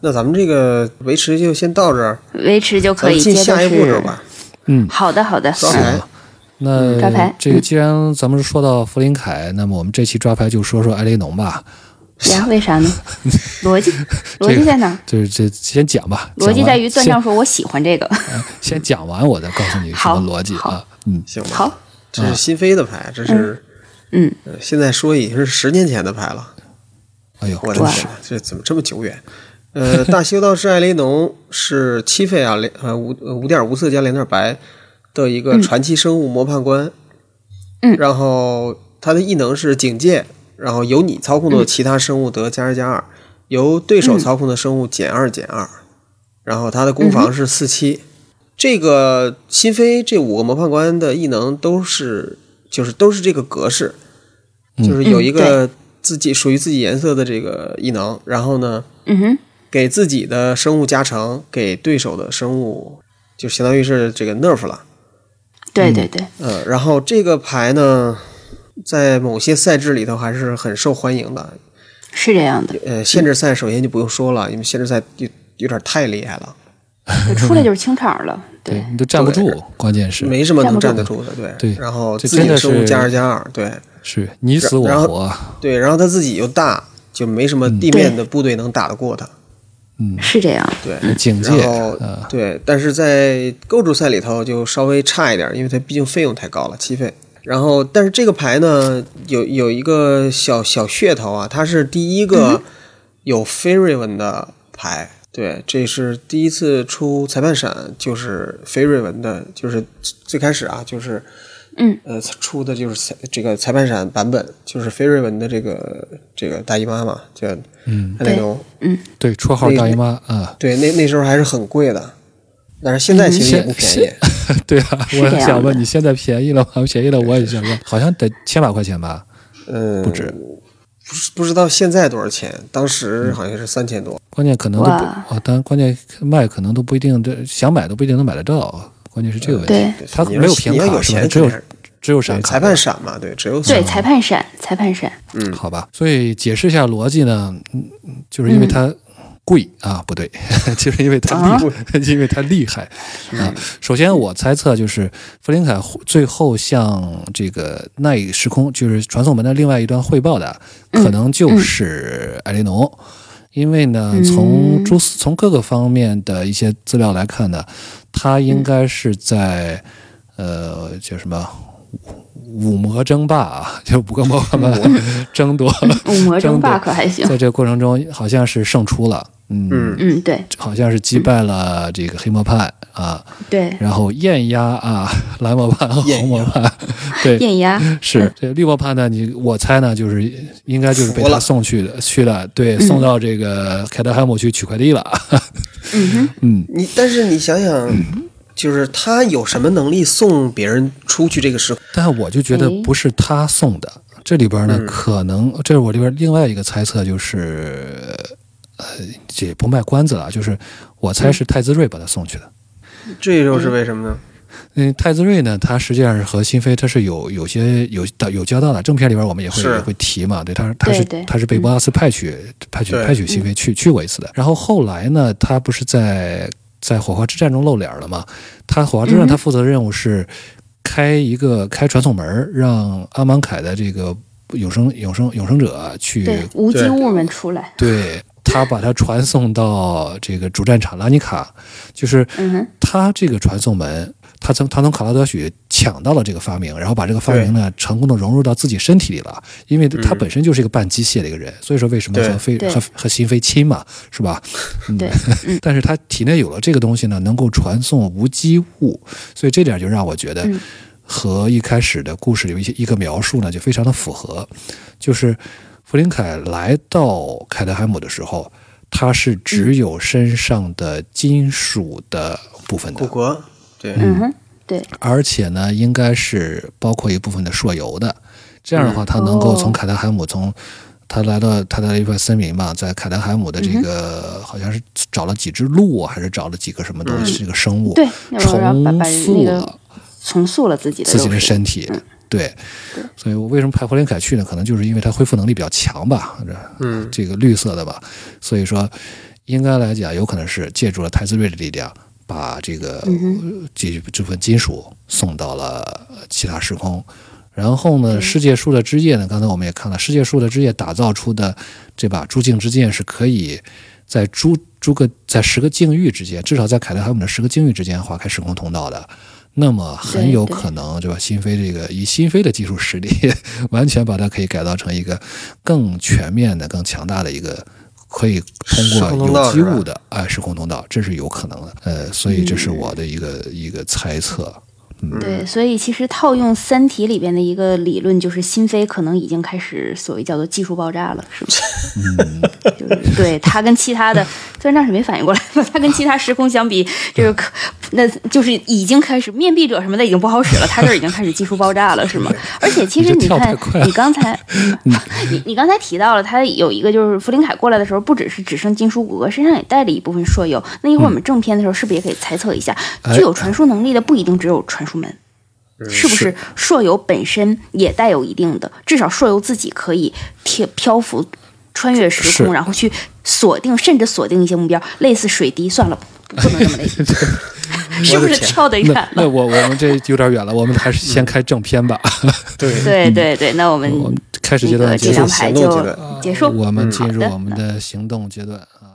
那咱们这个维持就先到这儿，维持就咱可们以进接下一着步骤是。吧。嗯，好的，好的，哎招牌，那抓嗯牌这个既然咱们说到弗林凯，那么我们这期抓牌就说说埃雷农吧，呀，为啥呢？逻辑，这逻辑个在哪儿？就是这先讲吧。逻辑讲完在于断章说我喜欢这个。先，先讲完我再告诉你什好么逻辑啊好。嗯，行吧？好，这是新飞的牌，这是嗯，呃现在说已经是十年前的牌了。哎呦，我的真哇是天，这怎么这么久远？呃，大修道士艾雷农是七费啊，连呃五呃五点无色加两点白的一个传奇生物模判官。嗯然后他的异能是警戒，然后由你操控嗯的其他生物得加二加二，由对手操控的生物减二减二。然后他的攻防是四七。这个新飞这五个模判官的异能都是就是都是这个格式，就是有一个自己属于自己颜色的这个异能，然后呢，嗯哼，给自己的生物加成，给对手的生物就相当于是这个 nerf 了。对对对，呃，然后这个牌呢，在某些赛制里头还是很受欢迎的。是这样的，呃，限制赛首先就不用说了，因为限制赛有有点太厉害了，就出来就是清场了。对对，你都站不住对，关键是没什么能站站得不住的。对，对然后这自己真的生物是加二加二，嗯对是你死我然后活，对，然后他自己又大，就没什么地对面的部队能打得过他。嗯，是这样，对，警戒然后啊，对，但是在构筑赛里头就稍微差一点，因为它毕竟费用太高了，七费。然后，但是这个牌呢，有有一个小小噱头啊，它是第一嗯个有 f a r y 文的牌，对，这是第一次出裁判闪，就是 f a r y 文的，就是最开始啊，就是嗯，呃，出的就是裁这个裁判闪版本，就是菲瑞文的这个这个大姨妈嘛，叫嗯，那种对，绰号那大姨妈啊，对，那那时候还是很贵的，但是嗯现在其实也不便 宜。 对啊，是我这样想的问你现在便宜了吗？便宜了我也想问，好像得千把块钱吧？嗯，不止，不是不知道现在多少钱，当嗯时好像是三千多。关键可能都不哇，哦，当然关键卖可能都不一定，这想买都不一定能买得到。啊关键是这个问题，对它你没要有是平你要有卡是吧？钱只有肯定是只有对闪卡，裁判闪嘛，对，只有对，裁判闪，裁判闪，嗯好吧。所以解释一下逻辑呢，嗯嗯就是因为它贵、啊，不对， 就是因为它厉害，因为它厉害啊。首先我猜测就是弗林凯最后向这个奈时空，就是传送门的另外一端汇报的，啊可能就是艾雷农。因为呢，从蛛丝从各个方面的一些资料来看呢，他应该是在、呃叫什么五五魔争霸啊， 就五个魔法们争 夺，五魔争霸争可还行在。这个过程中好像是胜出了，嗯，嗯嗯，对好像是击败了这个黑魔派啊，对，然后艳压啊 蓝魔派和红魔派，对，艳压， 是这绿魔派呢？你我猜呢，就是应该就是被服了他送去的，去了，对，送到这个凯德汉姆去取快递了。 嗯哼，嗯，你但是你想想，就是他有什么能力送别人出去这个时空？但我就觉得诶不是他送的。这里边呢，可能这是我这边另外一个猜测，就是呃，这也不卖关子了，就是我猜是泰兹瑞把他送去的。这又是为什么呢？嗯，泰兹瑞呢，他实际上是和新飞他是有有些有有交道的。正片里边我们也会是也会提嘛，对，他他是对对嗯他是被博阿斯派去派去对派去新飞去去过一次的。然后后来呢，他不是在在火花之战中露脸了吗？他火花之嗯战他负责的任务是开一个开传送门儿，让阿芒凯的这个永生永生永生者啊去对，无机对物们出来， 对他把他传送到这个主战场拉尼卡，就是嗯哼，他这个传送门，他从他从卡拉德许抢到了这个发明，然后把这个发明呢成功的融入到自己身体里了，因为他本身就是一个半机械的一个人，所以说为什么对和飞嗯对和和心飞亲嘛，是吧？嗯对， 但是他体内有了这个东西呢，能够传送无机物，所以这点就让我觉得嗯和一开始的故事有一些一个描述呢，就非常的符合。就是弗林凯来到凯德海姆的时候，他是只有身上的金属的部分的，骨骼，对，嗯哼，对，而且呢，应该是包括一部分的朔油的。这样的话，他能够从凯达海姆从。他来到他来到一块森林嘛，在凯达海姆的这个、好像是找了几只鹿，啊还是找了几个什么东西，这个生物，对，那会儿把重啊把塑那了个重塑了自己的自己肉的体嗯身体。对，所以我为什么派霍林凯去呢？可能就是因为他恢复能力比较强吧，这嗯这个绿色的吧。所以说，应该来讲，有可能是借助了泰兹瑞的力量，把这个嗯呃这这部分金属送到了其他时空。然后嗯呢，世界树的枝叶呢，刚才我们也看了，世界树的枝叶打造出的这把诸镜之剑是可以在诸诸个在十个境域之间，至少在凯特海姆的十个境域之间划开时空通道的。那么很有对对可能，对吧？新飞这个以新飞的技术实力， 完全把它可以改造成一个更全面的、更强大的一个可以时空通过通道有机是吧物的哎时空通道，这是有可能的。呃，所以这是我嗯的一个、一个猜测。嗯对，所以其实套用《三体》里边的一个理论，就是新飞可能已经开始所谓叫做技术爆炸了， 是吗？嗯，就是对他跟其他的，虽然当时没反应过来吧，他跟其他时空相比，这个可那就是已经开始面壁者什么的已经不好使了，他这儿已经开始技术爆炸了，是吗？而且其实你这你跳太看快了，你刚 才你你刚才提到了，他有一个就是弗林凯过来的时候，不只是只剩金属骨骼，身上也带着一部分朔铀。那一会儿我们正片的时候，是不是也可以猜测一下，嗯哎具有传输能力的不一定只有传输门？是不是朔游本身也带有一定的，至少朔游自己可以贴漂浮、穿越时是空，然后去锁定，甚至锁定一些目标，类似水滴。算了，不不能这么 类似，是不是跳得远那那了？我我们这有点远了，我们还是先开正片吧。 对，对对对，那我们我们开始阶那段个结这束张，牌行动就阶段结束。我们进入好的我们的行动阶段啊。